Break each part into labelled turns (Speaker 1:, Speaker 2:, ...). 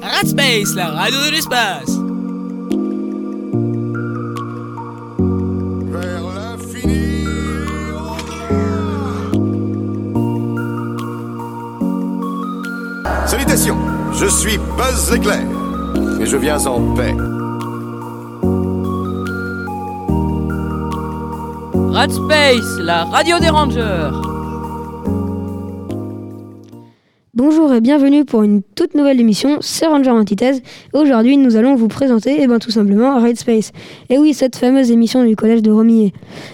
Speaker 1: Flat Space, la radio de l'espace.
Speaker 2: Vers l'infini. Salutations, je suis Buzz Éclair et je viens en paix.
Speaker 3: Rad Space, la radio des Rangers.
Speaker 4: Bonjour et bienvenue pour une toute nouvelle émission, c'est Ranger Antithèse. Aujourd'hui, nous allons vous présenter, eh ben, tout simplement, Raid Space. Et oui, cette fameuse émission du collège de Romillet.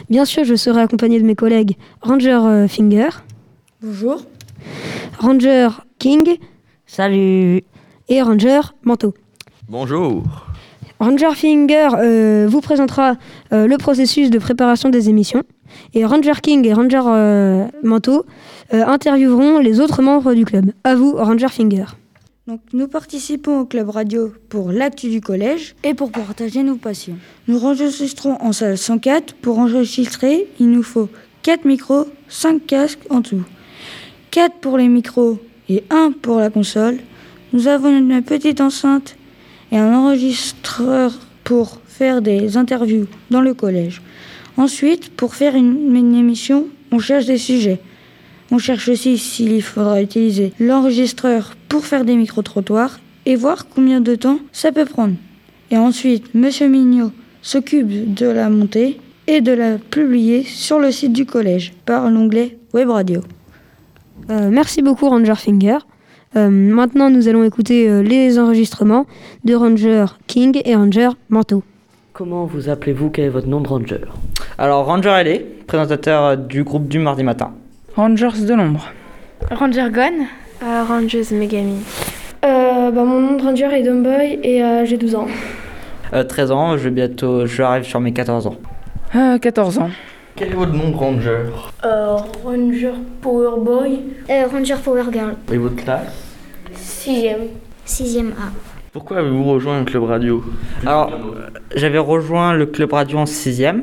Speaker 4: Bien sûr, je serai accompagné de mes collègues Ranger euh, Finger,
Speaker 5: Bonjour.
Speaker 4: Ranger King
Speaker 6: Salut
Speaker 4: et Ranger Manteau.
Speaker 7: Bonjour.
Speaker 4: Ranger Finger euh, vous présentera euh, le processus de préparation des émissions. Et Ranger King et Ranger euh, Manteau euh, intervieweront les autres membres du club. À vous, Ranger Finger.
Speaker 5: Donc, nous participons au club radio pour l'actu du collège
Speaker 6: Et pour partager nos passions.
Speaker 5: Nous enregistrons en salle 104. Pour enregistrer, il nous faut 4 micros, 5 casques en tout. 4 pour les micros et 1 pour la console. Nous avons une petite enceinte et un enregistreur pour faire des interviews dans le collège. Ensuite, pour faire une, une émission, on cherche des sujets. On cherche aussi s'il faudra utiliser l'enregistreur pour faire des micro-trottoirs et voir combien de temps ça peut prendre. Et ensuite, Monsieur Mignot s'occupe de la montée et de la publier sur le site du collège par l'onglet Web Radio.
Speaker 4: Euh, merci beaucoup, Ranger Finger. Euh, maintenant, nous allons écouter euh, les enregistrements de Ranger King et Ranger Manteau.
Speaker 8: Comment vous appelez-vous Quel est votre nom de ranger
Speaker 9: Alors Ranger L.A., présentateur euh, du groupe du mardi matin.
Speaker 10: Rangers de l'ombre.
Speaker 11: Ranger Gone
Speaker 12: Euh, Rangers Megami.
Speaker 13: Euh, bah, mon nom de ranger est Dumboy et euh, j'ai 12 ans.
Speaker 9: Euh, 13 ans, je vais bientôt, je arrive sur mes 14 ans.
Speaker 10: Euh, 14 ans.
Speaker 7: Quel est votre nom de ranger
Speaker 12: Euh, ranger Power Boy.
Speaker 14: Euh, Ranger Power Girl,
Speaker 7: Et votre classe
Speaker 12: 6ème.
Speaker 14: 6ème A.
Speaker 7: Pourquoi avez-vous rejoint le club radio
Speaker 9: Alors j'avais rejoint le club radio en 6ème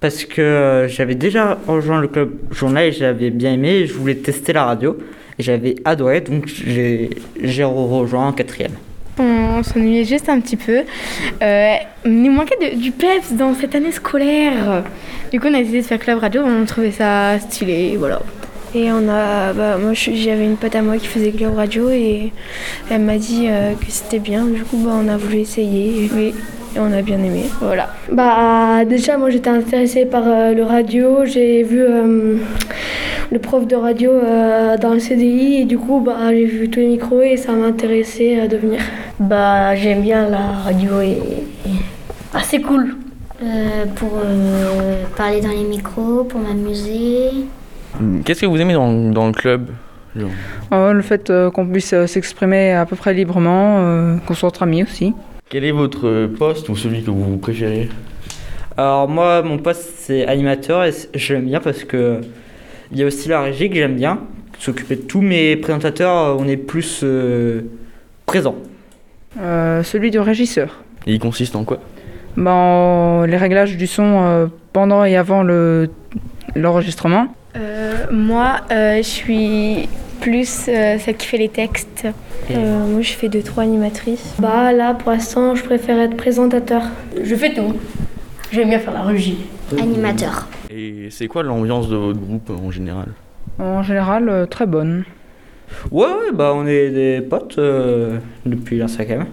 Speaker 9: parce que euh, j'avais déjà rejoint le club journal et j'avais bien aimé, et je voulais tester la radio et j'avais adoré donc j'ai j'ai rejoint en 4ème.
Speaker 11: On s'ennuyait juste un petit peu. Euh, il nous manquait de- du peps dans cette année scolaire. Du coup, on a décidé de faire club radio. On trouvait ça stylé, voilà.
Speaker 12: Et on a. Bah, moi, je suis- j'avais une pote à moi qui faisait Club Radio et elle m'a dit euh, que c'était bien. Du coup, bah, on a voulu essayer et, et on a bien aimé. Voilà.
Speaker 13: Bah déjà moi j'étais intéressée par euh, le radio, j'ai vu euh, le prof de radio euh, dans le CDI et du coup bah j'ai vu tous les micros et ça m'a intéressée euh, de venir.
Speaker 12: Bah, j'aime bien la radio et. Ah, c'est cool.
Speaker 14: Euh, pour euh, parler dans les micros, pour m'amuser.
Speaker 7: Qu'est-ce que vous aimez dans, dans le club
Speaker 10: Euh, le fait euh, qu'on puisse euh, s'exprimer à peu près librement, euh, qu'on soit entre amis aussi.
Speaker 7: Quel est votre euh, poste ou celui que vous préférez
Speaker 9: Alors moi, mon poste c'est animateur et c'est- je l'aime bien parce que il y a aussi la régie que j'aime bien. S'occuper de tous mes présentateurs, euh, on est plus euh, présent.
Speaker 10: Euh, celui du régisseur.
Speaker 7: Et il consiste en quoi
Speaker 10: Ben, euh, les réglages du son euh, pendant et avant le l'enregistrement.
Speaker 11: Euh, moi, euh, je suis plus euh, celle qui fait les textes.
Speaker 12: Euh, moi, je fais 2-3 animatrices.
Speaker 13: Bah là pour l'instant je préfère être présentateur.
Speaker 12: Je fais tout. J'aime bien faire la régie.
Speaker 14: Animateur.
Speaker 7: Et c'est quoi l'ambiance de votre groupe euh, en général
Speaker 10: En général, euh, très bonne.
Speaker 9: Ouais, ouais, bah on est des potes euh, depuis la cinquième.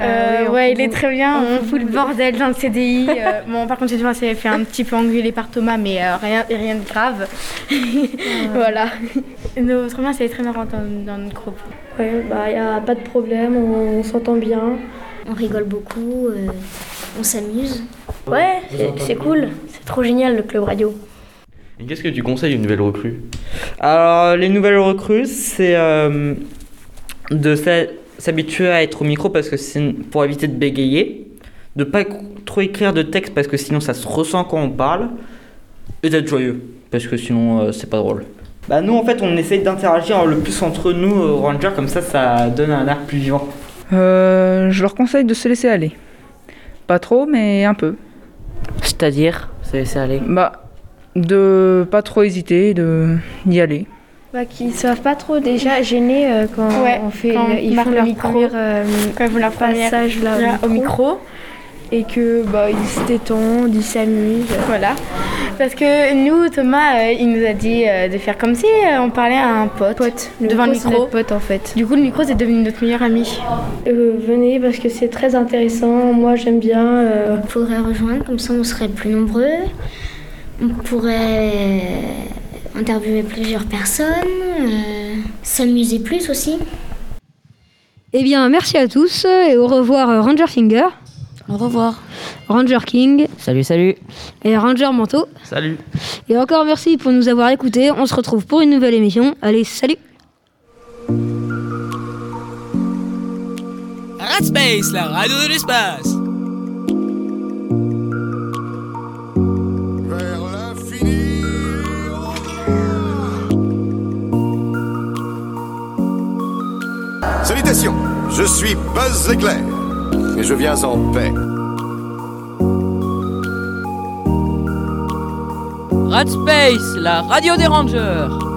Speaker 11: Euh, ouais, il est très bien. On fout le bordel dans le CDI. Euh, bon, par contre, cette fois, on s'est fait un petit peu engueuler par Thomas, mais euh, rien, rien de grave. voilà. Non, Autrement, c'est très marrant dans, dans le groupe.
Speaker 13: Ouais bah y a pas de problème, on, on s'entend bien.
Speaker 14: On rigole beaucoup, euh, on s'amuse.
Speaker 12: Ouais, c'est- c'est cool. C'est trop génial le club radio.
Speaker 7: Et qu'est-ce que tu conseilles une nouvelle recrue
Speaker 9: Alors les nouvelles recrues, c'est euh, de s'a- s'habituer à être au micro parce que c'est pour éviter de bégayer, de pas éc- trop écrire de texte parce que sinon ça se ressent quand on parle, et d'être joyeux parce que sinon euh, c'est pas drôle. Bah nous en fait on essaye d'interagir le plus entre nous euh, rangers comme ça ça donne un air plus vivant.
Speaker 10: Euh, je leur conseille de se laisser aller. Pas trop, mais un peu.
Speaker 6: C'est-à-dire, c'est laisser aller.
Speaker 10: Bah, de pas trop hésiter, de d'y aller.
Speaker 13: Bah, qu'ils ne savent pas trop déjà gêner euh, quand
Speaker 11: Ouais,
Speaker 13: on fait
Speaker 11: quand
Speaker 13: le- ils
Speaker 11: marque
Speaker 13: font
Speaker 11: le
Speaker 13: leur
Speaker 11: micro.
Speaker 13: premier euh,
Speaker 11: Quand ils font leur première-
Speaker 13: passage là,
Speaker 11: là, au micro.
Speaker 13: et que bah, ils se détendent, ils s'amusent.
Speaker 11: Voilà. Parce que nous, Thomas, euh, il nous a dit euh, de faire comme si euh, on parlait à un pote,
Speaker 13: Le
Speaker 11: devant le
Speaker 13: micro, c'est
Speaker 11: micro.
Speaker 13: notre pote en fait.
Speaker 11: Du coup, le micro, c'est devenu notre meilleur ami.
Speaker 13: Euh, venez parce que c'est très intéressant. Moi j'aime bien. euh,
Speaker 14: Il faudrait rejoindre, comme ça on serait plus nombreux. On pourrait interviewer plusieurs personnes, euh, s'amuser plus aussi.
Speaker 4: Eh bien, merci à tous euh, et au revoir euh, Ranger Finger. Au revoir. Ranger King
Speaker 3: Salut, salut.
Speaker 4: et Ranger Manteau.
Speaker 7: Salut.
Speaker 4: Et encore merci pour nous avoir écoutés. On se retrouve pour une nouvelle émission. Allez, salut
Speaker 1: Radspace, la radio de l'espace.
Speaker 2: Salutations, je suis Buzz Éclair et je viens en paix.
Speaker 3: Radspace, la radio des rangers.